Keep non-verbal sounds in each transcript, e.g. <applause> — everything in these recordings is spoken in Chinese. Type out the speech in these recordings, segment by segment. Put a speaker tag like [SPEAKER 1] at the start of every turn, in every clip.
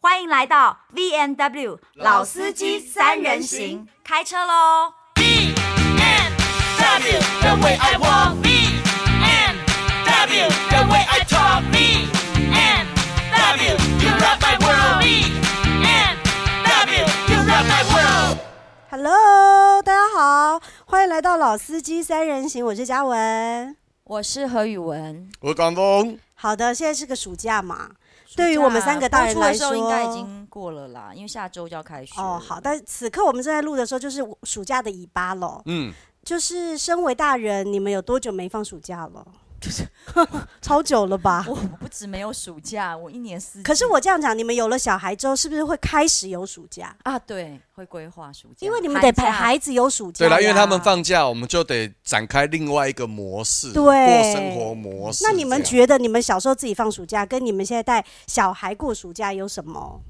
[SPEAKER 1] 欢迎来到 V N W 老司机三人行，开车喽！
[SPEAKER 2] B and W, the way I walk. B and W, the way I talk. B and W, you rock my world. B and W, you rock my world.
[SPEAKER 3] Hello，大家好，欢迎来到老司机三人行，我是嘉文。
[SPEAKER 1] 我是何宇文，
[SPEAKER 4] 我是广东，
[SPEAKER 3] 好的，现在是个暑假嘛，对于我们三个大人
[SPEAKER 1] 播出
[SPEAKER 3] 来
[SPEAKER 1] 的时
[SPEAKER 3] 说，
[SPEAKER 1] 候应该已经过了啦，因为下周就要开学
[SPEAKER 3] 哦好，但此刻我们正在录的时候就是暑假的尾巴咯。
[SPEAKER 4] 嗯，
[SPEAKER 3] 就是身为大人，你们有多久没放暑假了？ <laughs> 超久了吧？
[SPEAKER 1] 我不止没有暑假，我一年四季。
[SPEAKER 3] 可是我这样讲，你们有了小孩之后，是不是会开始有暑假？
[SPEAKER 1] 啊，对，会规划暑假，
[SPEAKER 3] 因为你们得陪
[SPEAKER 1] 寒假
[SPEAKER 3] 孩子有暑假
[SPEAKER 4] 对
[SPEAKER 3] 呀。
[SPEAKER 4] 啦，因为他们放假，我们就得展开另外一个模式，
[SPEAKER 3] 对
[SPEAKER 4] 过生活模式这
[SPEAKER 3] 那
[SPEAKER 4] 样。
[SPEAKER 3] 你们觉得你们小时候自己放暑假，跟你们现在带小孩过暑假有什么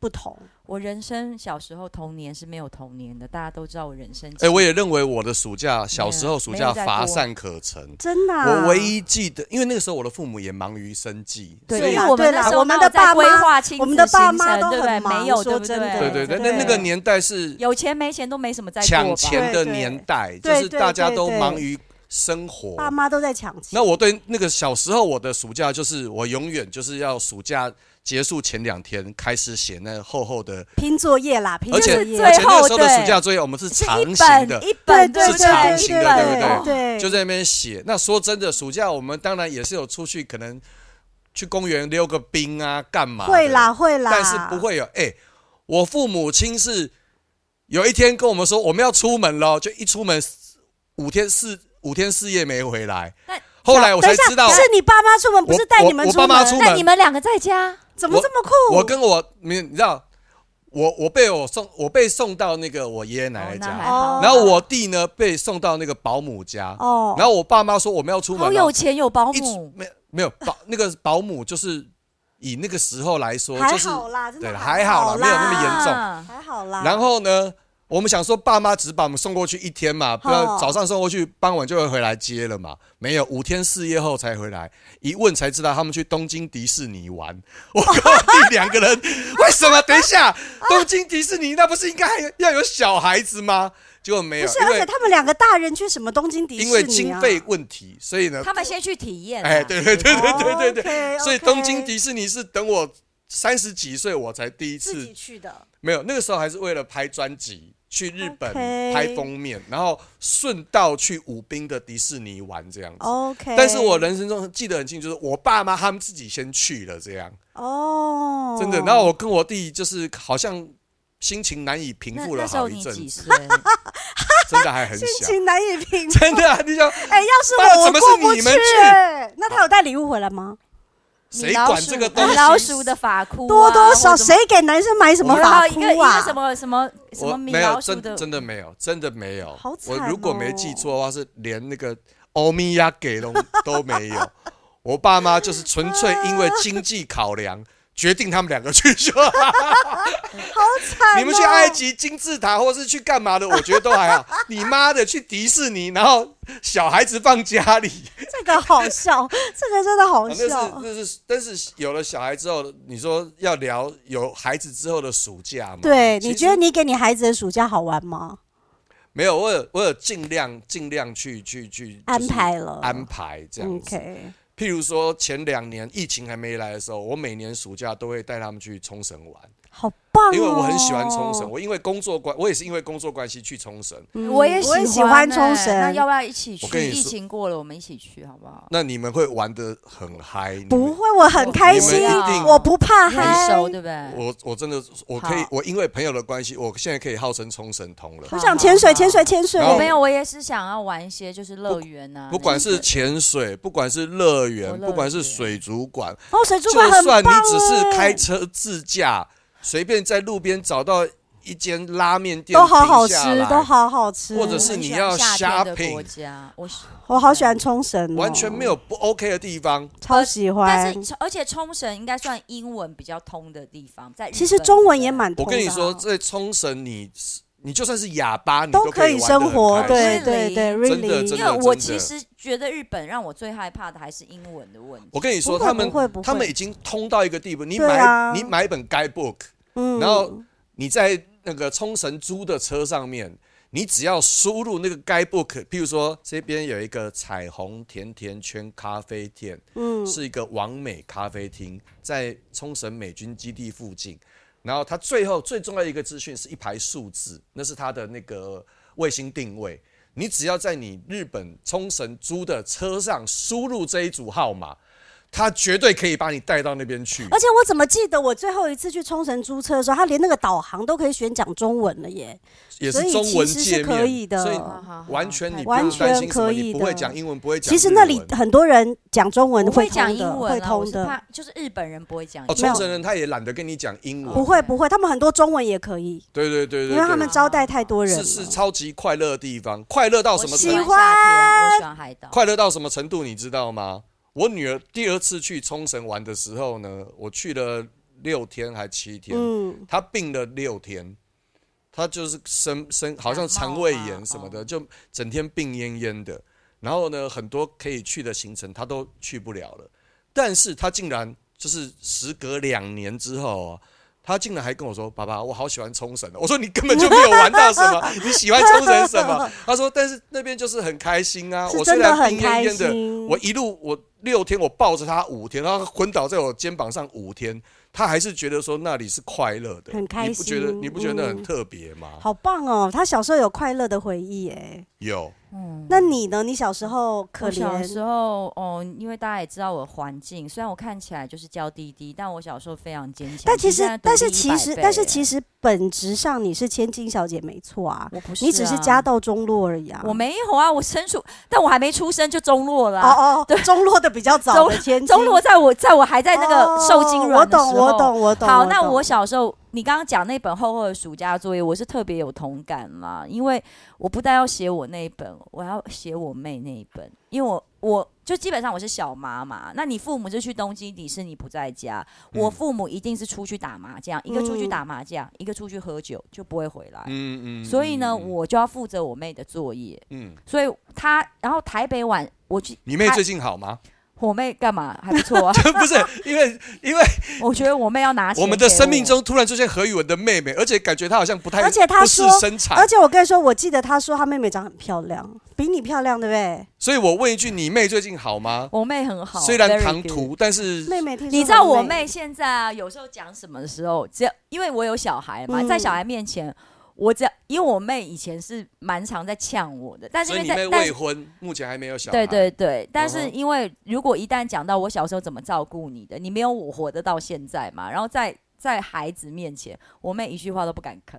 [SPEAKER 3] 不同？
[SPEAKER 1] 我人生小时候童年是没有童年的，大家都知道我人生。
[SPEAKER 4] 哎、我也认为我的暑假，小时候暑
[SPEAKER 1] 没
[SPEAKER 4] 假
[SPEAKER 1] 有在过
[SPEAKER 4] 乏善可陈。
[SPEAKER 3] 真的啊、
[SPEAKER 4] 我唯一记得，因为那个时候我的父母也忙于生计，
[SPEAKER 1] 对，
[SPEAKER 3] 是
[SPEAKER 1] 因
[SPEAKER 3] 啊
[SPEAKER 1] 为我们
[SPEAKER 3] 对
[SPEAKER 1] 那
[SPEAKER 3] 啦
[SPEAKER 1] 时候
[SPEAKER 3] 我们
[SPEAKER 1] 哪有
[SPEAKER 3] 的爸
[SPEAKER 1] 在规
[SPEAKER 3] 妈
[SPEAKER 1] 划亲
[SPEAKER 3] 我们
[SPEAKER 1] 子
[SPEAKER 3] 的爸
[SPEAKER 1] 行
[SPEAKER 3] 妈
[SPEAKER 1] 程
[SPEAKER 3] 都
[SPEAKER 1] 对不对
[SPEAKER 3] 很忙
[SPEAKER 1] 没有对
[SPEAKER 3] 说
[SPEAKER 1] 不
[SPEAKER 3] 真的
[SPEAKER 4] 对
[SPEAKER 1] 对
[SPEAKER 4] 对对，
[SPEAKER 3] 对
[SPEAKER 4] 那那个年代是
[SPEAKER 1] 有钱没钱都没什么在过吧
[SPEAKER 4] 抢钱
[SPEAKER 3] 对
[SPEAKER 4] 的
[SPEAKER 3] 对
[SPEAKER 4] 年代，就
[SPEAKER 3] 对
[SPEAKER 4] 是大家
[SPEAKER 3] 对对
[SPEAKER 4] 都
[SPEAKER 3] 对
[SPEAKER 4] 忙于生活。
[SPEAKER 3] 爸妈都在抢钱。
[SPEAKER 4] 那我对那个小时候我的暑假就是我永远就是要暑假结束前两天开始写那厚厚的
[SPEAKER 3] 拼作业啦，拼
[SPEAKER 4] 而且
[SPEAKER 3] 作
[SPEAKER 1] 就是最
[SPEAKER 3] 业
[SPEAKER 4] 而。且那
[SPEAKER 1] 后
[SPEAKER 4] 个时候的
[SPEAKER 1] 对
[SPEAKER 4] 暑假作业，我们是
[SPEAKER 1] 是
[SPEAKER 4] 长
[SPEAKER 1] 一
[SPEAKER 4] 形
[SPEAKER 1] 本
[SPEAKER 4] 的，
[SPEAKER 1] 一本
[SPEAKER 3] 对
[SPEAKER 1] 对不
[SPEAKER 4] 是长
[SPEAKER 1] 对？
[SPEAKER 4] 形
[SPEAKER 1] 一
[SPEAKER 4] 的，
[SPEAKER 1] 本
[SPEAKER 4] 对不
[SPEAKER 1] 哦
[SPEAKER 4] 对？
[SPEAKER 3] 对
[SPEAKER 4] 就在那边写。那说真的，暑假我们当然也是有出去，可能去公园溜个冰啊，干嘛？
[SPEAKER 3] 会啦，，会啦，
[SPEAKER 4] 但是不。会有。哎，我父母亲是有一天跟我们说我们要出门了，就一出门五天四五天四夜没回来
[SPEAKER 1] 但。
[SPEAKER 4] 后来我
[SPEAKER 3] 等
[SPEAKER 4] 才
[SPEAKER 3] 一下
[SPEAKER 4] 知道，
[SPEAKER 3] 是你爸妈出门，不是带
[SPEAKER 4] 我
[SPEAKER 3] 你们
[SPEAKER 4] 我
[SPEAKER 3] 出
[SPEAKER 4] 我
[SPEAKER 3] 门？哎
[SPEAKER 4] 爸妈出
[SPEAKER 1] 那你们两个在家，
[SPEAKER 3] 怎么这么酷？
[SPEAKER 4] 我跟我你你知道，我我被我送我被送到那个我爷爷奶奶
[SPEAKER 1] 那
[SPEAKER 4] 家，
[SPEAKER 1] 还好
[SPEAKER 3] 哦
[SPEAKER 4] 然后我弟呢被送到那个保姆家，
[SPEAKER 3] 哦，
[SPEAKER 4] 然后我爸妈说我们要出门
[SPEAKER 1] 好
[SPEAKER 4] 了，
[SPEAKER 1] 有钱有保
[SPEAKER 4] 一出
[SPEAKER 1] 姆，
[SPEAKER 4] 没没有保那个保姆就是以那个时候来说
[SPEAKER 3] 还
[SPEAKER 4] 就是
[SPEAKER 3] 好啦，真
[SPEAKER 4] 对
[SPEAKER 3] 的
[SPEAKER 4] 了
[SPEAKER 3] 还
[SPEAKER 4] 还好啦没有那么
[SPEAKER 3] 啦
[SPEAKER 4] 严重
[SPEAKER 1] 啊
[SPEAKER 3] 还好啦。
[SPEAKER 4] 然后呢，我们想说爸妈只把我们送过去一天嘛，不然
[SPEAKER 3] 哦
[SPEAKER 4] 早上送过去，傍晚就会回来接了嘛。没有，五天四夜后才回来，一问才知道他们去东京迪士尼玩。 <laughs> 我靠，你两个人
[SPEAKER 3] <laughs>
[SPEAKER 4] 为什么？等一下，东京迪士尼那不是应该还有要有小孩子吗？结果没
[SPEAKER 3] 不
[SPEAKER 4] 有，
[SPEAKER 3] 是，
[SPEAKER 4] 因
[SPEAKER 3] 而且
[SPEAKER 4] 为
[SPEAKER 3] 他们两个大人去什么东京迪士尼、啊？
[SPEAKER 4] 因为经费问题，所以呢，
[SPEAKER 1] 他们先去体验啊。
[SPEAKER 4] 呃哎，对对对对对对对，
[SPEAKER 1] 哎
[SPEAKER 3] 对
[SPEAKER 4] 所以东京迪士尼是等我三十几岁我才第一
[SPEAKER 3] 自
[SPEAKER 4] 次
[SPEAKER 3] 己去的，
[SPEAKER 4] 没有，那个时候还是为了拍专辑去日本
[SPEAKER 3] OK
[SPEAKER 4] 拍封面然后顺道去武滨的迪士尼玩这样子。
[SPEAKER 3] OK，
[SPEAKER 4] 但是我人生中记得很清，楚，就是我爸妈他们自己先去了这样，
[SPEAKER 3] 哦，
[SPEAKER 4] 真的。然后我跟我弟就是好像心情难以平
[SPEAKER 1] 那
[SPEAKER 4] 复
[SPEAKER 1] 那
[SPEAKER 4] 了
[SPEAKER 1] 时候
[SPEAKER 4] 好
[SPEAKER 1] 你
[SPEAKER 4] 一阵
[SPEAKER 1] 几
[SPEAKER 4] 子，
[SPEAKER 1] 岁？
[SPEAKER 4] <laughs> 真的还很
[SPEAKER 3] 心
[SPEAKER 4] 小，
[SPEAKER 3] 情难以平复。
[SPEAKER 4] 真的、啊，你想
[SPEAKER 3] 哎，要是
[SPEAKER 4] 爸
[SPEAKER 3] 我，我
[SPEAKER 4] 怎么
[SPEAKER 3] 过
[SPEAKER 4] 是
[SPEAKER 3] 不
[SPEAKER 4] 你
[SPEAKER 3] 去
[SPEAKER 4] 们去
[SPEAKER 3] 欸。那他有带礼物回来吗？
[SPEAKER 4] 谁管这个东
[SPEAKER 1] 米
[SPEAKER 4] 西？
[SPEAKER 1] 老鼠的法裤啊，
[SPEAKER 3] 多多少
[SPEAKER 1] 或者
[SPEAKER 3] 谁给男生买什么
[SPEAKER 1] 然后
[SPEAKER 3] 发
[SPEAKER 1] 一个一
[SPEAKER 3] 箍
[SPEAKER 1] 个
[SPEAKER 3] 啊
[SPEAKER 1] 什？么什么什
[SPEAKER 4] 我
[SPEAKER 1] 么米
[SPEAKER 4] 没
[SPEAKER 1] 老
[SPEAKER 4] 有
[SPEAKER 1] 鼠
[SPEAKER 4] 真
[SPEAKER 1] 的，
[SPEAKER 4] 真的没有，真的没有。
[SPEAKER 3] 好惨
[SPEAKER 4] 我
[SPEAKER 3] 哦
[SPEAKER 4] 如果没记错的话，是连那个欧米亚给龙都没有。我爸妈就是纯粹因为经济考量，决定他们两个去修。
[SPEAKER 3] 好惨哦！
[SPEAKER 4] 你们去埃及金字塔，或是去干嘛的，我觉得都还好。你妈的，去迪士尼，然后小孩子放家里，
[SPEAKER 3] 这个好
[SPEAKER 1] <laughs>
[SPEAKER 3] 笑，这个真的好
[SPEAKER 4] 啊那是
[SPEAKER 3] 笑。哦
[SPEAKER 4] 那是，但是有了小孩之后，你说要聊有孩子之后的暑假嘛？
[SPEAKER 3] 对，
[SPEAKER 4] 其
[SPEAKER 3] 你
[SPEAKER 4] 实
[SPEAKER 3] 觉得你给你孩子的暑假好玩吗？
[SPEAKER 4] 没有？我有我有尽量尽量去去去就是
[SPEAKER 3] 安排了，
[SPEAKER 4] 安排这样子。
[SPEAKER 3] 呃嗯 OK，
[SPEAKER 4] 譬如说前两年疫情还没来的时候，我每年暑假都会带他们去冲绳玩，
[SPEAKER 3] 好棒哦！
[SPEAKER 4] 因为我很喜欢冲绳。，我因为工作关，我也是因为工作关系去冲绳。
[SPEAKER 1] 我也
[SPEAKER 3] 我也喜
[SPEAKER 1] 欢
[SPEAKER 3] 欢
[SPEAKER 1] 欸
[SPEAKER 3] 冲绳
[SPEAKER 1] 那要不要一起去
[SPEAKER 4] 我跟？你
[SPEAKER 1] 疫
[SPEAKER 4] 说
[SPEAKER 1] 情过了，我们一起去好不好？
[SPEAKER 4] 那你们会玩的很嗨，你们
[SPEAKER 3] 不。会，我很开心
[SPEAKER 4] 你们一，定
[SPEAKER 3] 我不怕
[SPEAKER 1] 很
[SPEAKER 3] 嗨。
[SPEAKER 1] 熟，对不对？
[SPEAKER 4] 我我真的我可以
[SPEAKER 1] 好，
[SPEAKER 4] 我因为朋友的关系，我现在可以号称冲绳通了。
[SPEAKER 3] 我想潜水，潜水，潜水。
[SPEAKER 4] 然后
[SPEAKER 1] 我没有，我也是想要玩一些就是乐园啊，
[SPEAKER 4] 不管是潜水，不管是乐
[SPEAKER 1] 哦
[SPEAKER 4] 园，
[SPEAKER 1] 乐
[SPEAKER 4] 不管是
[SPEAKER 1] 园
[SPEAKER 4] 水族馆，
[SPEAKER 3] 哦，水
[SPEAKER 4] 就
[SPEAKER 3] 族馆很棒欸
[SPEAKER 4] 算你只是
[SPEAKER 3] 哎
[SPEAKER 4] 开车自驾，随便在路边找到一间拉面店，
[SPEAKER 3] 都好好吃
[SPEAKER 4] 停下来，
[SPEAKER 3] 都好好吃，
[SPEAKER 4] 或者是你
[SPEAKER 1] 我
[SPEAKER 4] 要
[SPEAKER 1] 很喜欢夏天的
[SPEAKER 4] shopping
[SPEAKER 1] 国家，我是
[SPEAKER 3] 我好喜欢冲绳、哦，
[SPEAKER 4] 完全没，有不 OK 的地方。
[SPEAKER 3] 超喜欢。
[SPEAKER 1] 但是而且冲绳应该算英文比较通的地方，在日
[SPEAKER 3] 其实
[SPEAKER 1] 本
[SPEAKER 3] 中文也。蛮通
[SPEAKER 4] 我
[SPEAKER 3] 的啊
[SPEAKER 4] 跟你说，在冲绳你你就算是哑巴，你
[SPEAKER 3] 都
[SPEAKER 4] 可
[SPEAKER 3] 可
[SPEAKER 4] 以
[SPEAKER 3] 以
[SPEAKER 4] 玩得很
[SPEAKER 3] 生活，
[SPEAKER 4] 开心
[SPEAKER 3] 对
[SPEAKER 1] 心
[SPEAKER 3] 对对
[SPEAKER 1] 真
[SPEAKER 4] 的真
[SPEAKER 3] ，really，
[SPEAKER 1] 因
[SPEAKER 4] 的
[SPEAKER 1] 为我其实觉得日本让我最害怕的还是英文的问题。
[SPEAKER 4] 我跟你说，
[SPEAKER 3] 不会
[SPEAKER 4] 他们
[SPEAKER 3] 不会不会
[SPEAKER 4] 他们已经通到一个地步，你
[SPEAKER 3] 对
[SPEAKER 4] 买、
[SPEAKER 3] 啊
[SPEAKER 4] 你买一本 guide book，
[SPEAKER 3] 嗯
[SPEAKER 4] 然后你在那个冲绳租的车上面，你只要输入那个 guide book，譬如说这边有一个彩虹甜甜圈咖啡店，
[SPEAKER 3] 嗯
[SPEAKER 4] 是一个完美咖啡厅，在冲绳美军基地附近。然后它最后最重要的一个资讯是一排数字，那是它的那个卫星定位。你只要在你日本冲绳租的车上输入这一组号码，它绝对可以把你带到那边去。
[SPEAKER 3] 而且我怎么记得我最后一次去冲绳租车的时候，他连那个导航都可以选讲中文了耶。
[SPEAKER 4] 也是中文界面，
[SPEAKER 3] 所以其实是可以的啊
[SPEAKER 4] 所以
[SPEAKER 1] 好
[SPEAKER 4] 完全你不
[SPEAKER 3] 完
[SPEAKER 4] 用
[SPEAKER 3] 全
[SPEAKER 4] 担心什么，
[SPEAKER 3] 可
[SPEAKER 4] 你
[SPEAKER 3] 以
[SPEAKER 4] 不会
[SPEAKER 3] 的
[SPEAKER 4] 讲英文，不会讲日
[SPEAKER 3] 其
[SPEAKER 4] 文。
[SPEAKER 3] 实那里很多人讲中文
[SPEAKER 1] 我
[SPEAKER 3] 会
[SPEAKER 1] 会
[SPEAKER 3] 通
[SPEAKER 1] 讲英
[SPEAKER 3] 的，
[SPEAKER 1] 文
[SPEAKER 3] 会
[SPEAKER 1] 啊，我
[SPEAKER 3] 通
[SPEAKER 1] 是
[SPEAKER 3] 的
[SPEAKER 1] 怕，就是日本人不会讲英
[SPEAKER 4] 哦，
[SPEAKER 1] 文。
[SPEAKER 4] 冲绳人他也懒得跟你讲英
[SPEAKER 3] 不
[SPEAKER 4] 文，
[SPEAKER 3] 会不会，他们很多中文也可以，
[SPEAKER 4] 对对对
[SPEAKER 3] 因
[SPEAKER 4] 对，
[SPEAKER 3] 为他
[SPEAKER 4] 对
[SPEAKER 3] 们招待太多人
[SPEAKER 4] 是
[SPEAKER 3] 了。
[SPEAKER 4] 是超级快乐的地方，快乐到什么
[SPEAKER 1] 我
[SPEAKER 4] 程
[SPEAKER 1] 喜
[SPEAKER 3] 喜
[SPEAKER 1] 欢
[SPEAKER 4] 度？
[SPEAKER 3] 欢
[SPEAKER 1] 夏天，我喜欢海岛。
[SPEAKER 4] 快乐到什么程度？你知道吗？我女儿第二次去冲绳玩的时候呢，我去了六天还七天，
[SPEAKER 3] 嗯，
[SPEAKER 4] 她病了六天，她就是生生好
[SPEAKER 3] 啊
[SPEAKER 4] 像肠胃炎什么的，
[SPEAKER 1] 哦
[SPEAKER 4] 就整天病恹恹的。然后呢，很多可以去的行程她都去不了了，但是她竟然就是时隔两年之后啊。她竟然还跟我说：“爸爸，我好喜欢冲绳哦。”我说：“你根本就没有玩到什
[SPEAKER 3] <laughs>
[SPEAKER 4] 么，你喜欢冲绳什么？”她说：“但是那边就是很开心啊，
[SPEAKER 3] 是
[SPEAKER 4] 我虽
[SPEAKER 3] 真的
[SPEAKER 4] 然
[SPEAKER 3] 很
[SPEAKER 4] 病恹
[SPEAKER 3] 开
[SPEAKER 4] 恹的，
[SPEAKER 3] 心。
[SPEAKER 4] 我一路我六天，我抱着他五天，然后他昏倒在我肩膀上五天，他还是觉得说那里是快乐的，
[SPEAKER 3] 很开
[SPEAKER 4] 你不觉得
[SPEAKER 3] 心
[SPEAKER 4] 你不觉得那很
[SPEAKER 3] 嗯
[SPEAKER 4] 特别吗？
[SPEAKER 3] 好棒哦，他小时候有快乐的回忆哎。
[SPEAKER 4] 有，
[SPEAKER 1] 嗯，
[SPEAKER 3] 那你呢？你小时候可
[SPEAKER 1] 我小时
[SPEAKER 3] 怜，
[SPEAKER 1] 候哦，因为大家也知道我的环境，虽然我看起来就是娇滴滴，但我小时候非常坚强。
[SPEAKER 3] 但其实
[SPEAKER 1] 现在独立
[SPEAKER 3] 但是其
[SPEAKER 1] 100
[SPEAKER 3] 实
[SPEAKER 1] 倍
[SPEAKER 3] 但是
[SPEAKER 1] 了
[SPEAKER 3] 其实本质上你是千金小姐没错啊，
[SPEAKER 1] 我不是啊，
[SPEAKER 3] 你只是家道中落而已啊。
[SPEAKER 1] 我没有啊，我身处，但我还没出生就中落了啊、
[SPEAKER 3] 哦哦，中落的比较早的千金，
[SPEAKER 1] 中落在我在我还在那个受精
[SPEAKER 3] 哦我
[SPEAKER 1] 卵的时
[SPEAKER 3] 懂，
[SPEAKER 1] 候。
[SPEAKER 3] 我懂，我懂。
[SPEAKER 1] 好，那
[SPEAKER 3] 懂
[SPEAKER 1] 我小时候，你刚刚讲那本厚厚的暑假作业，我是特别有同感啦，因为我不但要写我那一本，我要写我妹那一本，因为我我就基本上我是小妈妈，那你父母就去东京迪士尼不在家，我
[SPEAKER 4] 嗯
[SPEAKER 1] 父母一定是出去打麻将，一个出去
[SPEAKER 3] 嗯
[SPEAKER 1] 打麻将，一个出去喝酒，就不会回来。
[SPEAKER 4] 嗯嗯
[SPEAKER 1] 所以呢，
[SPEAKER 4] 嗯
[SPEAKER 1] 我就要负责我妹的作业，
[SPEAKER 4] 嗯，
[SPEAKER 1] 所以她，然后台北晚我去，
[SPEAKER 4] 你妹
[SPEAKER 1] 她
[SPEAKER 4] 最近好吗？？
[SPEAKER 1] 我妹干嘛还不错啊
[SPEAKER 4] <laughs> 不是，因为因为
[SPEAKER 1] 我觉得我妹要拿钱
[SPEAKER 4] 我们的
[SPEAKER 1] 给
[SPEAKER 4] 生命中突然出现何宇文的妹妹，而且感觉她好像不太，
[SPEAKER 3] 而且她
[SPEAKER 4] 不是
[SPEAKER 3] 说
[SPEAKER 4] 生产
[SPEAKER 3] 而，且我跟你说，我记得她说她妹妹长很漂亮，比你漂亮，对不对？
[SPEAKER 4] 所以我问一句，你妹最近好吗？
[SPEAKER 1] 我妹很好，
[SPEAKER 4] 虽然
[SPEAKER 1] very
[SPEAKER 4] 唐
[SPEAKER 1] good
[SPEAKER 4] 突，但是
[SPEAKER 3] 妹妹听
[SPEAKER 1] 嗯
[SPEAKER 3] 说
[SPEAKER 1] 你知道
[SPEAKER 3] 很
[SPEAKER 1] 我
[SPEAKER 3] 美
[SPEAKER 1] 妹现在啊，有时候讲什么的时候，只要因为我有小孩嘛，
[SPEAKER 3] 嗯
[SPEAKER 1] 在小孩面前，我只要因为我妹以前是蛮常在呛我的，但是
[SPEAKER 4] 所
[SPEAKER 1] 因
[SPEAKER 4] 以
[SPEAKER 1] 为
[SPEAKER 4] 你
[SPEAKER 1] 在
[SPEAKER 4] 妹
[SPEAKER 1] 但
[SPEAKER 4] 未
[SPEAKER 1] 是
[SPEAKER 4] 婚，目前还没有小孩。
[SPEAKER 1] 对对对，但
[SPEAKER 4] 嗯
[SPEAKER 1] 是
[SPEAKER 4] 哼
[SPEAKER 1] 因为如果一旦讲到我小时候怎么照顾你的，你没有我活得到现在嘛，然后在在孩子面前，我妹一句话都不敢吭。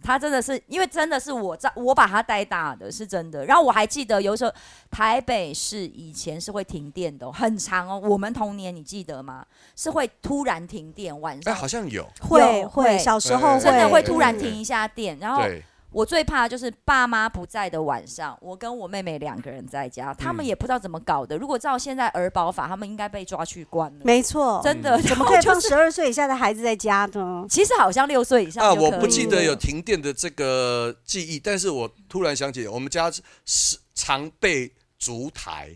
[SPEAKER 1] 她真的是，因为真的是我在，我把她带大的，是真的。然后我还记得，有时候台北市以前是会停电的哦、很长哦。我们童年你记得吗？是会突然停电，晚
[SPEAKER 4] 哎，
[SPEAKER 1] 上、
[SPEAKER 4] 好像有，
[SPEAKER 3] 会
[SPEAKER 1] 有
[SPEAKER 3] 会
[SPEAKER 1] 会
[SPEAKER 3] 小时候
[SPEAKER 4] 对
[SPEAKER 1] 真的
[SPEAKER 4] 会
[SPEAKER 1] 会突然停一下电。
[SPEAKER 3] 哦
[SPEAKER 1] 然后
[SPEAKER 4] 对，
[SPEAKER 1] 我最怕的就是爸妈不在的晚上，我跟我妹妹两个人在家，他
[SPEAKER 4] 嗯
[SPEAKER 1] 们也不知道怎么搞的。如果照现在儿保法，他们应该被抓去关了。
[SPEAKER 3] 没错，
[SPEAKER 1] 真
[SPEAKER 4] 嗯
[SPEAKER 1] 的，
[SPEAKER 3] 怎
[SPEAKER 1] 然
[SPEAKER 3] 么
[SPEAKER 1] 后
[SPEAKER 3] 可以
[SPEAKER 1] 就
[SPEAKER 3] 放
[SPEAKER 1] 是
[SPEAKER 3] 十二岁以下的孩子在家呢？
[SPEAKER 1] 其实好像六岁以上
[SPEAKER 4] 啊，
[SPEAKER 1] 就
[SPEAKER 4] 我
[SPEAKER 1] 可
[SPEAKER 4] 不
[SPEAKER 1] 以
[SPEAKER 4] 记
[SPEAKER 1] 了
[SPEAKER 4] 得有停电的这个记忆，但是我突然想起，我们家是常备烛台，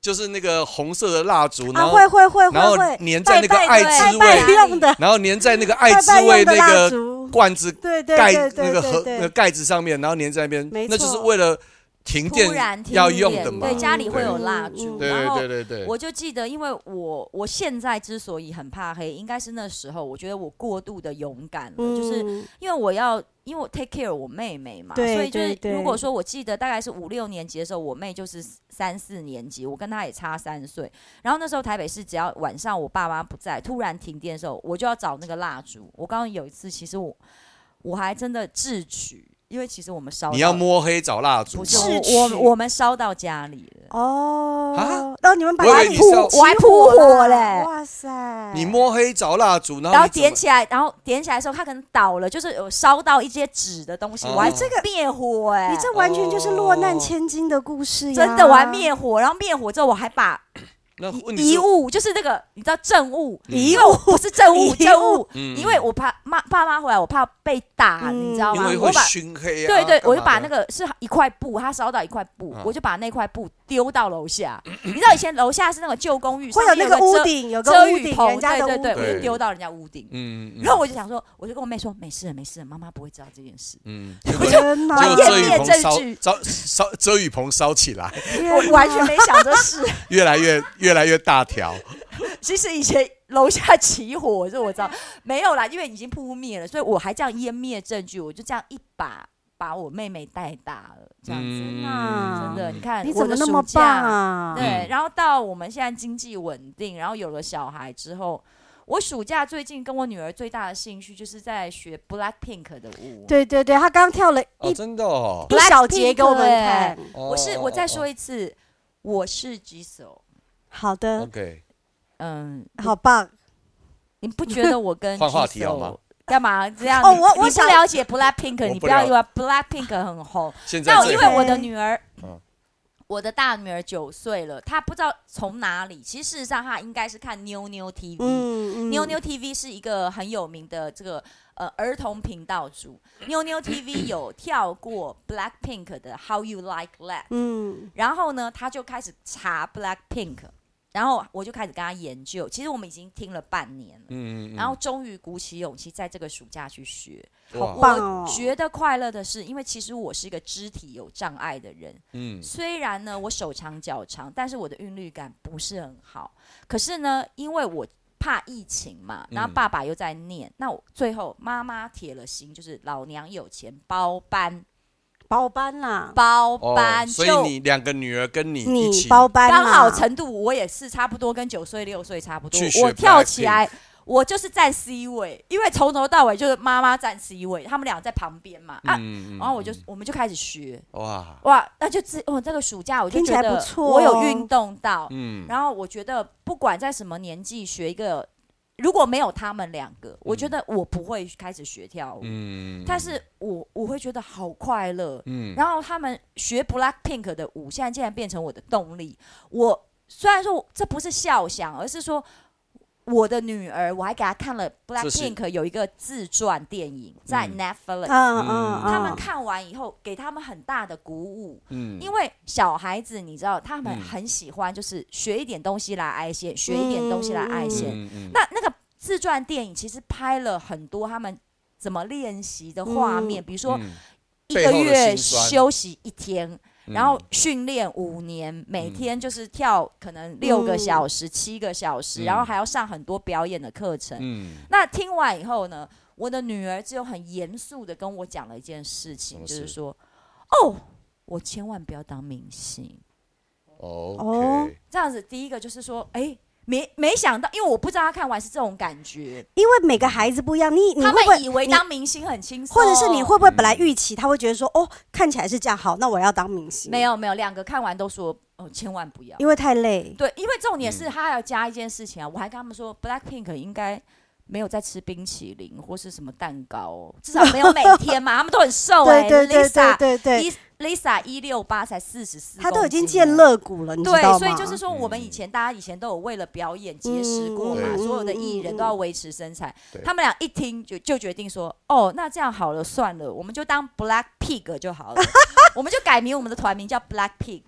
[SPEAKER 4] 就是那个红色的蜡烛，然
[SPEAKER 3] 啊，
[SPEAKER 4] 后、
[SPEAKER 3] 会会会
[SPEAKER 4] 然后
[SPEAKER 3] 会会，
[SPEAKER 4] 粘在那个
[SPEAKER 1] 拜拜
[SPEAKER 4] 爱
[SPEAKER 1] 对
[SPEAKER 4] 之
[SPEAKER 3] 拜
[SPEAKER 4] 味，
[SPEAKER 3] 拜用的，
[SPEAKER 4] 然后粘在那个爱
[SPEAKER 3] 拜
[SPEAKER 4] 之
[SPEAKER 3] 拜
[SPEAKER 4] 味
[SPEAKER 3] 用的
[SPEAKER 4] 那
[SPEAKER 3] 蜡
[SPEAKER 4] 个
[SPEAKER 3] 烛，
[SPEAKER 4] 罐子
[SPEAKER 3] 对对
[SPEAKER 4] 盖
[SPEAKER 3] 对
[SPEAKER 4] 那
[SPEAKER 3] 对
[SPEAKER 4] 个盒
[SPEAKER 3] 对
[SPEAKER 4] 那个
[SPEAKER 3] 对，
[SPEAKER 4] 盖子上面，然后粘在那边，
[SPEAKER 3] 没
[SPEAKER 4] 那就是
[SPEAKER 3] 错
[SPEAKER 4] 为了停
[SPEAKER 1] 突
[SPEAKER 4] 电
[SPEAKER 1] 然停
[SPEAKER 4] 要
[SPEAKER 1] 电
[SPEAKER 4] 用的嘛，
[SPEAKER 1] 对，家里会有
[SPEAKER 3] 对
[SPEAKER 1] 蜡
[SPEAKER 3] 嗯
[SPEAKER 1] 烛，
[SPEAKER 3] 嗯
[SPEAKER 4] 对
[SPEAKER 1] 然后
[SPEAKER 4] 对对对对，
[SPEAKER 1] 我就记得，因为我我现在之所以很怕黑，应该是那时候我觉得我过度的勇敢了，就是
[SPEAKER 3] 嗯
[SPEAKER 1] 因为我要，因为我 take care 我妹妹嘛，
[SPEAKER 3] 对
[SPEAKER 1] 所以就
[SPEAKER 3] 对对
[SPEAKER 1] 是如果说我记得大概是五六年级的时候，我妹就是三四年级，我跟她也差三岁。然后那时候台北市只要晚上我爸妈不在，突然停电的时候，我就要找那个蜡烛。我刚刚有一次，其实我我还真的智取，因为其实我们烧到
[SPEAKER 4] 你要摸黑找蜡烛
[SPEAKER 1] 不
[SPEAKER 4] 吗，
[SPEAKER 1] 是
[SPEAKER 3] 智取
[SPEAKER 1] 我我我们烧到家里了。
[SPEAKER 3] 哦
[SPEAKER 4] 啊，
[SPEAKER 3] 然后你们把
[SPEAKER 4] 我以
[SPEAKER 3] 它
[SPEAKER 4] 为你是要
[SPEAKER 3] 起
[SPEAKER 1] 我还扑火
[SPEAKER 3] 啦
[SPEAKER 1] 嘞
[SPEAKER 3] 哇塞，
[SPEAKER 4] 你摸黑找蜡烛，然
[SPEAKER 1] 然
[SPEAKER 4] 后
[SPEAKER 1] 后
[SPEAKER 4] 你怎
[SPEAKER 1] 点
[SPEAKER 4] 么
[SPEAKER 1] 起来，然后点起来的时候，它可能倒了，就是有烧到一些纸的东西，
[SPEAKER 4] 哦
[SPEAKER 1] 我还
[SPEAKER 4] 这
[SPEAKER 1] 个灭火哎、
[SPEAKER 3] 哎你这完全就是落
[SPEAKER 4] 哦
[SPEAKER 3] 难千金的故事呀！
[SPEAKER 1] 真的我还灭火，然后灭火之后我还把
[SPEAKER 4] 那问题
[SPEAKER 1] 遗
[SPEAKER 4] 是，
[SPEAKER 1] 物，就是那个你知道政务，
[SPEAKER 3] 遗
[SPEAKER 1] 因为我不是政务，
[SPEAKER 3] 遗物
[SPEAKER 1] 政务，
[SPEAKER 4] 嗯
[SPEAKER 1] 因为我怕妈爸妈回来，我怕被打，
[SPEAKER 3] 嗯
[SPEAKER 1] 你知道
[SPEAKER 4] 因
[SPEAKER 1] 吗
[SPEAKER 4] 为？
[SPEAKER 1] 我
[SPEAKER 4] 会
[SPEAKER 1] 把
[SPEAKER 4] 熏黑啊，
[SPEAKER 1] 对对，我就把那
[SPEAKER 4] 个
[SPEAKER 1] 个是一块布，他烧到一块布
[SPEAKER 4] 嗯，
[SPEAKER 1] 我就把那块布丢到楼下。你知道以前楼下是那个旧公寓，
[SPEAKER 3] <laughs> 会有
[SPEAKER 1] 上
[SPEAKER 3] 那
[SPEAKER 1] 面
[SPEAKER 3] 个屋
[SPEAKER 1] 遮
[SPEAKER 3] 顶，有个
[SPEAKER 1] 遮
[SPEAKER 3] 屋
[SPEAKER 1] 雨
[SPEAKER 3] 顶，
[SPEAKER 1] 棚，
[SPEAKER 3] 人家的
[SPEAKER 1] 对
[SPEAKER 3] 屋
[SPEAKER 1] 对对，
[SPEAKER 4] 顶
[SPEAKER 1] 我就丢到人家屋顶。
[SPEAKER 4] 嗯，嗯
[SPEAKER 1] 然后我就想说，我就跟我妹说，没事了没事了，妈妈不会知道这件事。
[SPEAKER 4] 嗯，
[SPEAKER 3] 天哪，
[SPEAKER 4] 就
[SPEAKER 1] 结
[SPEAKER 4] 遮
[SPEAKER 1] 果
[SPEAKER 4] 雨
[SPEAKER 1] 面
[SPEAKER 4] 棚
[SPEAKER 1] 证
[SPEAKER 4] 烧
[SPEAKER 1] 据
[SPEAKER 4] 烧烧遮雨棚烧起来，
[SPEAKER 3] 啊
[SPEAKER 1] 我完全没想这事。
[SPEAKER 4] 越来越越来越大条，
[SPEAKER 1] 其实以前楼下起火，这我知道， <laughs> 没有啦，因为已经扑灭了，所以我还这样湮灭证据，我就这样一把把我妹妹带大了，这样
[SPEAKER 4] 嗯
[SPEAKER 1] 子。
[SPEAKER 3] 啊
[SPEAKER 1] 真的，你看
[SPEAKER 3] 你怎
[SPEAKER 1] 我
[SPEAKER 3] 么
[SPEAKER 1] 的
[SPEAKER 3] 那么
[SPEAKER 1] 暑
[SPEAKER 3] 棒
[SPEAKER 1] 假
[SPEAKER 3] 啊？
[SPEAKER 1] 对
[SPEAKER 4] 嗯，
[SPEAKER 1] 然后到我们现在经济稳定，然后有了小孩之后，我暑假最近跟我女儿最大的兴趣就是在学 Black Pink 的舞。，
[SPEAKER 3] 对对对，他刚跳了
[SPEAKER 4] 哦，
[SPEAKER 3] 一
[SPEAKER 4] 真的哦，
[SPEAKER 3] 一小节给我们看。
[SPEAKER 4] 我
[SPEAKER 1] 我是我
[SPEAKER 4] 哦
[SPEAKER 1] 再说一次，我是 Jisoo。
[SPEAKER 3] 好的，
[SPEAKER 4] 哦，OK，
[SPEAKER 1] 嗯，
[SPEAKER 3] 好棒。
[SPEAKER 1] 你不觉
[SPEAKER 3] <laughs>
[SPEAKER 1] 得我跟
[SPEAKER 4] 换话题好吗
[SPEAKER 1] Jisoo 干嘛这样？
[SPEAKER 3] 哦
[SPEAKER 1] 你
[SPEAKER 3] 我我
[SPEAKER 1] 你不
[SPEAKER 3] 想
[SPEAKER 1] 了解 Black Pink，
[SPEAKER 4] 我
[SPEAKER 1] 你
[SPEAKER 4] 不
[SPEAKER 1] 不要
[SPEAKER 4] 了
[SPEAKER 1] 以为 Black Pink 很红。
[SPEAKER 4] 现在
[SPEAKER 1] 那
[SPEAKER 4] 这
[SPEAKER 1] 因
[SPEAKER 4] 里
[SPEAKER 1] 为我的女儿
[SPEAKER 4] 嗯，
[SPEAKER 1] 我的大女儿九岁了，她不知道从哪里。其实事实上，她应该是看妞妞 TV。
[SPEAKER 3] 嗯，嗯
[SPEAKER 1] 妞妞 TV 是一个很有名的这个呃儿童频道主，妞妞 TV 有跳过 Black Pink 的 How You Like That，
[SPEAKER 3] 嗯，
[SPEAKER 1] 然后呢，他就开始查 Black Pink，然后我就开始跟他研究。其实我们已经听了半年了，
[SPEAKER 4] 嗯嗯嗯
[SPEAKER 1] 然后终于鼓起勇气在这个暑假去学。
[SPEAKER 4] 哇
[SPEAKER 3] 棒哦
[SPEAKER 1] 我觉得快乐的是，因为其实我是一个肢体有障碍的人，
[SPEAKER 4] 嗯
[SPEAKER 1] 虽然呢我手长脚长，但是我的韵律感不是很好。可是呢，因为我怕疫情嘛，
[SPEAKER 4] 嗯
[SPEAKER 1] 然后爸爸又在念，那我最后妈妈铁了心，就是老娘有钱包班
[SPEAKER 3] 包班啦，
[SPEAKER 1] 包
[SPEAKER 4] 哦
[SPEAKER 1] 班，，
[SPEAKER 4] 所以
[SPEAKER 1] 就
[SPEAKER 4] 你两个女儿跟你一
[SPEAKER 3] 你
[SPEAKER 4] 起
[SPEAKER 3] 包班啊啦
[SPEAKER 1] 刚好程度我也是差不多跟九岁六岁差不多
[SPEAKER 4] 去学，
[SPEAKER 1] 我跳起来。我就是站 C 位，因为从头到尾就是妈妈站 C 位，他们俩在旁边嘛啊，
[SPEAKER 4] 嗯嗯
[SPEAKER 1] 然后我就我们就开始学，
[SPEAKER 4] 哇，
[SPEAKER 1] 哇，那就自哦，这个暑假我就
[SPEAKER 3] 听起
[SPEAKER 1] 觉
[SPEAKER 3] 来
[SPEAKER 1] 得
[SPEAKER 3] 不错
[SPEAKER 1] 我有
[SPEAKER 3] 哦
[SPEAKER 1] 运动到，
[SPEAKER 4] 嗯，
[SPEAKER 1] 然后我觉得不管在什么年纪学一个，如果没有他们两个，我觉得我不会开始学跳舞，
[SPEAKER 4] 嗯，
[SPEAKER 1] 但是我我会觉得好快乐。
[SPEAKER 4] 嗯，
[SPEAKER 1] 然后他们学 Black Pink 的舞，现在竟然变成我的动力。我虽然说我这不是笑想，而是说我的女儿，我还给她看了 Black
[SPEAKER 4] 这是
[SPEAKER 1] Pink 有一个自传电影在
[SPEAKER 4] 嗯
[SPEAKER 1] Netflix，、
[SPEAKER 3] 嗯嗯，
[SPEAKER 4] 嗯
[SPEAKER 1] 他们看完以后给他们很大的鼓舞。
[SPEAKER 4] 嗯，
[SPEAKER 1] 因为小孩子，你知道，他们
[SPEAKER 4] 嗯
[SPEAKER 1] 很喜欢就是学一点东西来爱现，学一点东西来爱现。
[SPEAKER 4] 嗯嗯
[SPEAKER 1] 那那个自传电影其实拍了很多他们怎么练习的画面，比如说
[SPEAKER 4] 嗯
[SPEAKER 1] 一
[SPEAKER 4] 背
[SPEAKER 1] 个
[SPEAKER 4] 后的
[SPEAKER 1] 月
[SPEAKER 4] 辛酸
[SPEAKER 1] 休息一天，
[SPEAKER 4] 嗯
[SPEAKER 1] 然后训练五年，每天就是跳可能六个小时、七个小时，
[SPEAKER 4] 嗯
[SPEAKER 1] 然后还要上很多表演的课程。
[SPEAKER 4] 嗯，
[SPEAKER 1] 那听完以后呢，我的女儿只有很严肃的跟我讲了一件事情，
[SPEAKER 4] 什么
[SPEAKER 1] 就
[SPEAKER 4] 事
[SPEAKER 1] 是说，哦，我千万不要当明星。
[SPEAKER 4] 哦，
[SPEAKER 1] 这样子，第一个就是说，哎、没没想到，因为我不知道他看完是这种感觉，
[SPEAKER 3] 因为每个孩子不一样，你你
[SPEAKER 1] 他
[SPEAKER 3] 会不
[SPEAKER 1] 们以
[SPEAKER 3] 会
[SPEAKER 1] 为
[SPEAKER 3] 你
[SPEAKER 1] 当明星很轻松，
[SPEAKER 3] 或者是你会不会本来预期他会觉得说，哦，看起来是这样，好，那我要当明星。
[SPEAKER 1] 没，有没有，两个看完都说，哦，千万不要。
[SPEAKER 3] 因为太累。
[SPEAKER 1] 对，因为重点是
[SPEAKER 4] 嗯
[SPEAKER 1] 他还要加一件事情啊，我还跟他们说，Black Pink 应该没有在吃冰淇淋或是什么蛋糕、哦，至少没有每天嘛，他 <laughs> 们都很瘦哎、
[SPEAKER 3] 对对对对
[SPEAKER 1] Lisa
[SPEAKER 3] 对对，
[SPEAKER 1] Lis- Lisa 一六八才四十四，哦
[SPEAKER 3] 他都已经见肋骨了，你知道
[SPEAKER 1] 对，
[SPEAKER 3] 吗？
[SPEAKER 1] 所以就是说，我们以前大家以前都有为了表演节食过嘛，
[SPEAKER 4] 嗯
[SPEAKER 1] 所有的艺人都要维持身材
[SPEAKER 4] 对。
[SPEAKER 1] 他们俩一听就就决定说，哦，那这样好了，算了，我们就当 Black Pig 就好
[SPEAKER 3] <laughs>
[SPEAKER 1] 了，我们就改名我们的团名叫 Black Pig。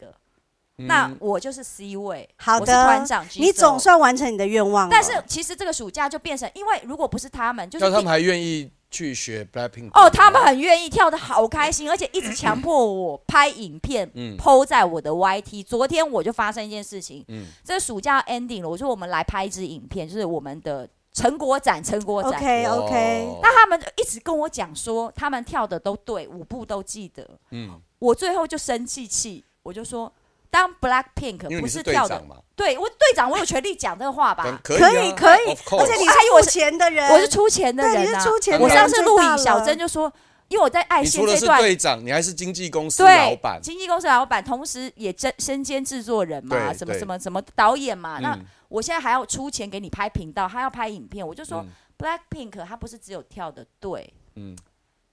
[SPEAKER 1] 那
[SPEAKER 4] 嗯
[SPEAKER 1] 我就是 C 位，
[SPEAKER 3] 好
[SPEAKER 1] 我是团
[SPEAKER 3] 的，
[SPEAKER 1] 长，Jisoo
[SPEAKER 3] 你总。算完成你的愿望了。
[SPEAKER 1] 但是其实这个暑假就变成，因为如果不是他们，就是
[SPEAKER 4] 那他
[SPEAKER 1] 第
[SPEAKER 4] 们还愿意去学 Blackpink
[SPEAKER 1] 哦，他们很愿意跳的好开心，而且一直强迫我拍影片，
[SPEAKER 4] 嗯
[SPEAKER 1] PO 在我的 YT。昨天我就发生一件事情，
[SPEAKER 4] 嗯
[SPEAKER 1] 这暑假 ending 了，我说我们来拍一支影片，就是我们的成果展，成果展。
[SPEAKER 3] OK
[SPEAKER 4] 哦
[SPEAKER 3] OK，
[SPEAKER 1] 那他们就一直跟我讲说，他们跳的都对，舞步都记得。
[SPEAKER 4] 嗯，
[SPEAKER 1] 我最后就生气气，我就说，当 Black Pink
[SPEAKER 4] 因为
[SPEAKER 1] 不
[SPEAKER 4] 你
[SPEAKER 1] 是
[SPEAKER 4] 队
[SPEAKER 1] 跳的
[SPEAKER 4] 长，嘛，啊
[SPEAKER 1] 对我队长，我有权利讲这个话吧？
[SPEAKER 4] 可
[SPEAKER 3] 可
[SPEAKER 4] 以
[SPEAKER 3] 以可以，而
[SPEAKER 4] 而
[SPEAKER 3] 且
[SPEAKER 4] 且
[SPEAKER 3] 你
[SPEAKER 1] 哎我
[SPEAKER 3] 是
[SPEAKER 1] 是
[SPEAKER 3] 出钱的人，
[SPEAKER 1] 我是出钱的
[SPEAKER 3] 对，你
[SPEAKER 1] 人
[SPEAKER 3] 是
[SPEAKER 1] 啊。
[SPEAKER 3] 出钱的
[SPEAKER 1] 我
[SPEAKER 3] 人。
[SPEAKER 1] 上次录
[SPEAKER 3] 知道
[SPEAKER 1] 影，小
[SPEAKER 3] 了
[SPEAKER 1] 珍就说，因为我在爱
[SPEAKER 4] 你
[SPEAKER 1] 线
[SPEAKER 4] 除了
[SPEAKER 1] 这
[SPEAKER 4] 是
[SPEAKER 1] 段
[SPEAKER 4] 队长，你还是经纪公司
[SPEAKER 1] 对，
[SPEAKER 4] 老板，
[SPEAKER 1] 经纪公司老板，同时也真身兼制作人嘛，
[SPEAKER 4] 对
[SPEAKER 1] 什么
[SPEAKER 4] 对
[SPEAKER 1] 什么什么导演嘛。那
[SPEAKER 4] 嗯
[SPEAKER 1] 我现在还要出钱给你拍频道，他要拍影片，我就说
[SPEAKER 4] 嗯
[SPEAKER 1] Black Pink 他不是只有跳的对，
[SPEAKER 4] 嗯，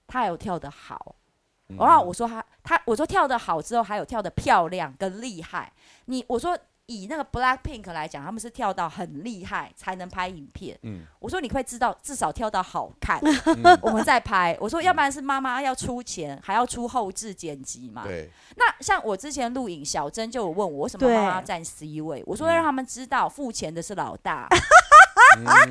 [SPEAKER 1] 他还有跳的好。
[SPEAKER 4] 嗯
[SPEAKER 1] 然后我说他他我说跳的好之后，还有跳的漂亮跟厉害。你我说。以那个 Black Pink 来讲，他们是跳到很厉害才能拍影片。
[SPEAKER 4] 嗯
[SPEAKER 1] 我说你会知道，至少跳到好看，我们再拍。我说要不然是妈妈要出钱，还要出后置剪辑嘛。
[SPEAKER 4] 对，
[SPEAKER 1] 那像我之前录影，小珍就有问我为什么妈妈要站 C 位，我说要让他们知道付钱的是老
[SPEAKER 4] <laughs>
[SPEAKER 1] 大。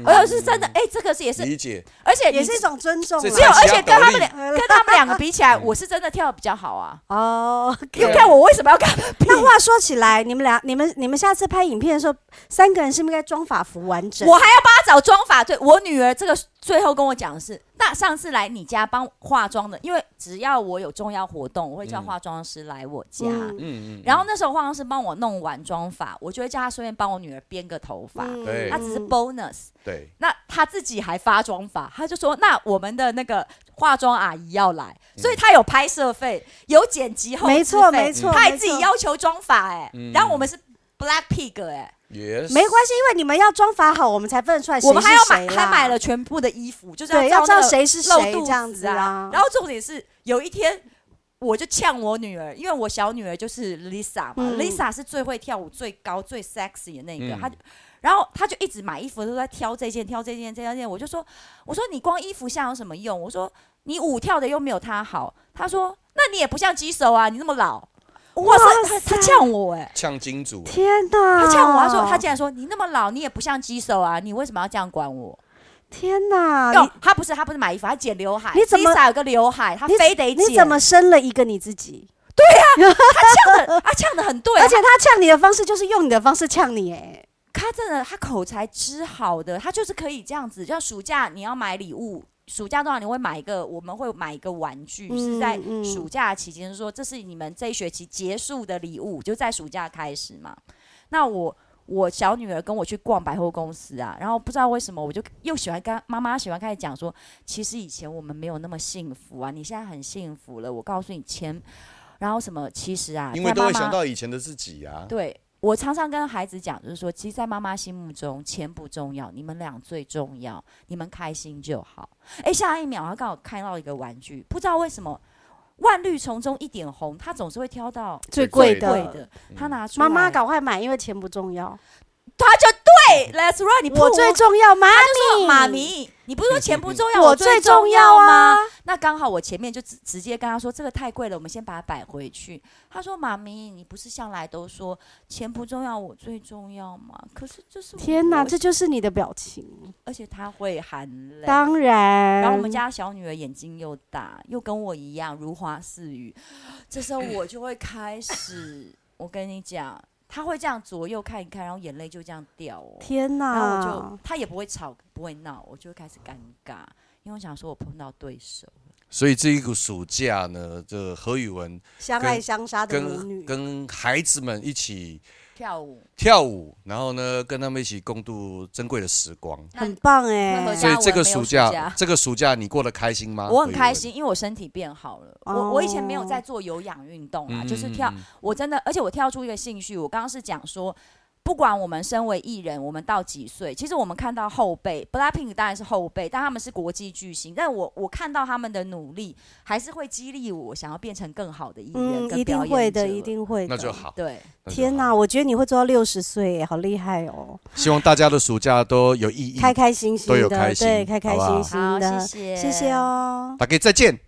[SPEAKER 1] 我有是真的，哎、这个是也是，
[SPEAKER 4] 理解。
[SPEAKER 1] 而且
[SPEAKER 3] 也
[SPEAKER 1] 你
[SPEAKER 3] 是一种尊重啊
[SPEAKER 4] 这
[SPEAKER 1] 没有，
[SPEAKER 3] 啦。
[SPEAKER 4] 才
[SPEAKER 1] 而
[SPEAKER 4] 是
[SPEAKER 1] 且
[SPEAKER 4] 要
[SPEAKER 1] 跟
[SPEAKER 4] 斗
[SPEAKER 1] 他们
[SPEAKER 4] 力
[SPEAKER 1] 两跟他们两个比起
[SPEAKER 4] <laughs> 嗯
[SPEAKER 1] 来，我是真的跳的比较好啊。
[SPEAKER 3] 哦，
[SPEAKER 1] 又看我为什么要看他们比？
[SPEAKER 3] 那话说起来，你们俩、你们、你们下次拍影片的时候，三个人是不是应该装法服完整？
[SPEAKER 1] 我还要帮他找妆法，对我女儿这个最后跟我讲的是，那上次来你家帮化妆的，因为只要我有重要活动，我会叫
[SPEAKER 4] 嗯
[SPEAKER 1] 化妆师来我家。
[SPEAKER 3] 嗯
[SPEAKER 4] 嗯嗯，
[SPEAKER 1] 然后那时候化妆师帮我弄完妆发，我就会叫他顺便帮我女儿编个头发，
[SPEAKER 3] 嗯
[SPEAKER 4] 对
[SPEAKER 1] 那只是 bonus。
[SPEAKER 4] 对，
[SPEAKER 1] 那他自己还发妆法，他就说：“那我们的那个化妆阿姨要来，所以他有拍摄费，有剪辑后
[SPEAKER 3] 嗯没
[SPEAKER 1] 置
[SPEAKER 3] 错
[SPEAKER 1] 费
[SPEAKER 3] 没错
[SPEAKER 1] 嗯他还
[SPEAKER 3] 没
[SPEAKER 1] 自己
[SPEAKER 3] 错
[SPEAKER 1] 要求妆法哎、
[SPEAKER 4] 嗯
[SPEAKER 1] 然后我们是 Black Pig 哎、
[SPEAKER 4] 也
[SPEAKER 3] 没关系，因为你们要装法好，我们才分得出来谁
[SPEAKER 1] 我们
[SPEAKER 3] 是
[SPEAKER 1] 还要
[SPEAKER 3] 谁
[SPEAKER 1] 买，
[SPEAKER 3] 啦
[SPEAKER 1] 还买了全部的衣服，就是
[SPEAKER 3] 对，要知
[SPEAKER 1] 照
[SPEAKER 3] 道
[SPEAKER 1] 那个
[SPEAKER 3] 谁是
[SPEAKER 1] 露
[SPEAKER 3] 谁
[SPEAKER 1] 肚
[SPEAKER 3] 这样子
[SPEAKER 1] 啊
[SPEAKER 3] 啊。。
[SPEAKER 1] 然后重点是有一天。我就呛我女儿，因为我小女儿就是 Lisa 嘛、
[SPEAKER 3] 嗯
[SPEAKER 1] l i s a 是最会跳舞、最高、最 sexy 的那个，
[SPEAKER 4] 嗯
[SPEAKER 1] 她就，然后她就一直买衣服都在挑这件、挑这件、这件，我就说，我说你光衣服像有什么用？我说你舞跳的又没有她好。她说，那你也不像鸡手啊，你那么老。哇塞，她她呛我哎、
[SPEAKER 4] 呛金主啊了，
[SPEAKER 3] 天哪！
[SPEAKER 1] 她呛我，她
[SPEAKER 3] 啊
[SPEAKER 1] 说她竟然说你那么老，你也不像鸡手啊，你为什么要这样管我？
[SPEAKER 3] 天哪！
[SPEAKER 1] 哦，他不是他不是买衣服，他剪刘海。
[SPEAKER 3] 啊你怎么
[SPEAKER 1] Lisa 有个刘海，他
[SPEAKER 3] 你
[SPEAKER 1] 非得
[SPEAKER 3] 你
[SPEAKER 1] 剪。
[SPEAKER 3] 你怎么生了一个你自己？
[SPEAKER 1] 呛的？他呛的很对，啊
[SPEAKER 3] 而且他呛你的方式就是用你的方式呛你，哎，
[SPEAKER 1] 他他真的他口才之好的，他就是可以这样子。像暑假你要买礼物，暑假通常你会买一个，我们会买一个玩具，
[SPEAKER 3] 嗯
[SPEAKER 1] 是在
[SPEAKER 3] 嗯
[SPEAKER 1] 暑假期间说这是你们这一学期结束的礼物，就在暑假开始嘛。那我。我小女儿跟我去逛百货公司啊，然后不知道为什么，我就又喜欢跟妈妈喜欢开始讲说，其实以前我们没有那么幸福啊，你现在很幸福了。我告诉你，前，然后什么，其实啊，
[SPEAKER 4] 因为
[SPEAKER 1] 在
[SPEAKER 4] 都会
[SPEAKER 1] 妈妈
[SPEAKER 4] 想到以前的自己啊。
[SPEAKER 1] 对我常常跟孩子讲，就是说，其实，在妈妈心目中，钱不重要，你们俩最重要，你们开心就好。诶，下一秒他刚好看到一个玩具，不知道为什么。万绿丛中一点红，他总是会挑到
[SPEAKER 3] 最
[SPEAKER 4] 贵
[SPEAKER 3] 贵
[SPEAKER 4] 的
[SPEAKER 3] 的。
[SPEAKER 1] 贵的，他拿出来
[SPEAKER 3] 妈妈，赶快买，因为钱不重要，
[SPEAKER 1] 他就对，Let's right，你
[SPEAKER 3] 我最
[SPEAKER 1] 重
[SPEAKER 3] 重要，妈咪，
[SPEAKER 1] 妈，咪，你不是说钱不重要，
[SPEAKER 3] 我
[SPEAKER 1] 最
[SPEAKER 3] 最重要
[SPEAKER 1] 吗
[SPEAKER 3] 啊？！
[SPEAKER 1] 那刚好我前面就直直接跟他说这个太贵了，我们先把它摆回去。他说：“妈咪，你不是向来都说钱不重要，我最重要吗？可是这是我
[SPEAKER 3] 天哪，
[SPEAKER 1] 我
[SPEAKER 3] 这就是你的表情。
[SPEAKER 1] 而且他会含泪。
[SPEAKER 3] 当然，
[SPEAKER 1] 然后我们家小女儿眼睛又大，又跟我一样如花似玉，这时候我就会开
[SPEAKER 3] <laughs>
[SPEAKER 1] 始，我跟你讲，她会这样左右看一看，然后眼泪就这样掉哦。
[SPEAKER 3] 天哪，
[SPEAKER 1] 然后我就，她也不会吵，不会闹，我就会开始尴尬，因为我想说我碰到对手。
[SPEAKER 4] 所以这一个暑假呢，这何宇文
[SPEAKER 3] 相
[SPEAKER 4] 爱
[SPEAKER 3] 爱相杀的母
[SPEAKER 4] 跟
[SPEAKER 3] 女，
[SPEAKER 4] 跟孩子们一起
[SPEAKER 1] 跳舞，
[SPEAKER 4] 跳舞，然后呢，跟他们一起共度珍贵的时光。
[SPEAKER 1] 那
[SPEAKER 3] 很棒
[SPEAKER 1] 那
[SPEAKER 3] 哎、
[SPEAKER 1] 合家
[SPEAKER 4] 所以这
[SPEAKER 1] 我
[SPEAKER 4] 个
[SPEAKER 1] 没有暑
[SPEAKER 4] 暑假啊
[SPEAKER 1] 假，
[SPEAKER 4] 这个暑假你过得开心吗？
[SPEAKER 1] 我很
[SPEAKER 4] 何宇
[SPEAKER 1] 开
[SPEAKER 4] 文
[SPEAKER 1] 心，因为我身体变好了。我
[SPEAKER 3] 哦
[SPEAKER 1] 我以前没有在做有氧运动啊，就是
[SPEAKER 4] 嗯
[SPEAKER 1] 跳，我真的，而且我跳出一个兴趣，我刚刚是讲说。不管我们身为艺人，我们到几岁，其实我们看到后辈，BLACKPINK 当然是后辈，但他们是国际巨星。但我我看到他们的努力，还是会激励我想要变成更好的艺人、
[SPEAKER 3] 嗯，
[SPEAKER 1] 跟
[SPEAKER 3] 一定
[SPEAKER 1] 表演者。
[SPEAKER 3] 会的，一定会的。
[SPEAKER 4] 那就。好。
[SPEAKER 1] 对。
[SPEAKER 4] 那就
[SPEAKER 3] 天
[SPEAKER 4] 好
[SPEAKER 3] 哪，！我觉得你会做到六十岁耶，好厉害哦！
[SPEAKER 4] 希望大家的暑假都有意义。
[SPEAKER 3] 开开心心
[SPEAKER 4] 嗯都有
[SPEAKER 3] 的，
[SPEAKER 4] 开心
[SPEAKER 3] 对，开开
[SPEAKER 4] 好不好
[SPEAKER 3] 心心
[SPEAKER 1] 好，
[SPEAKER 3] 的，
[SPEAKER 1] 谢谢，
[SPEAKER 3] 谢谢。哦。
[SPEAKER 4] 大家再见。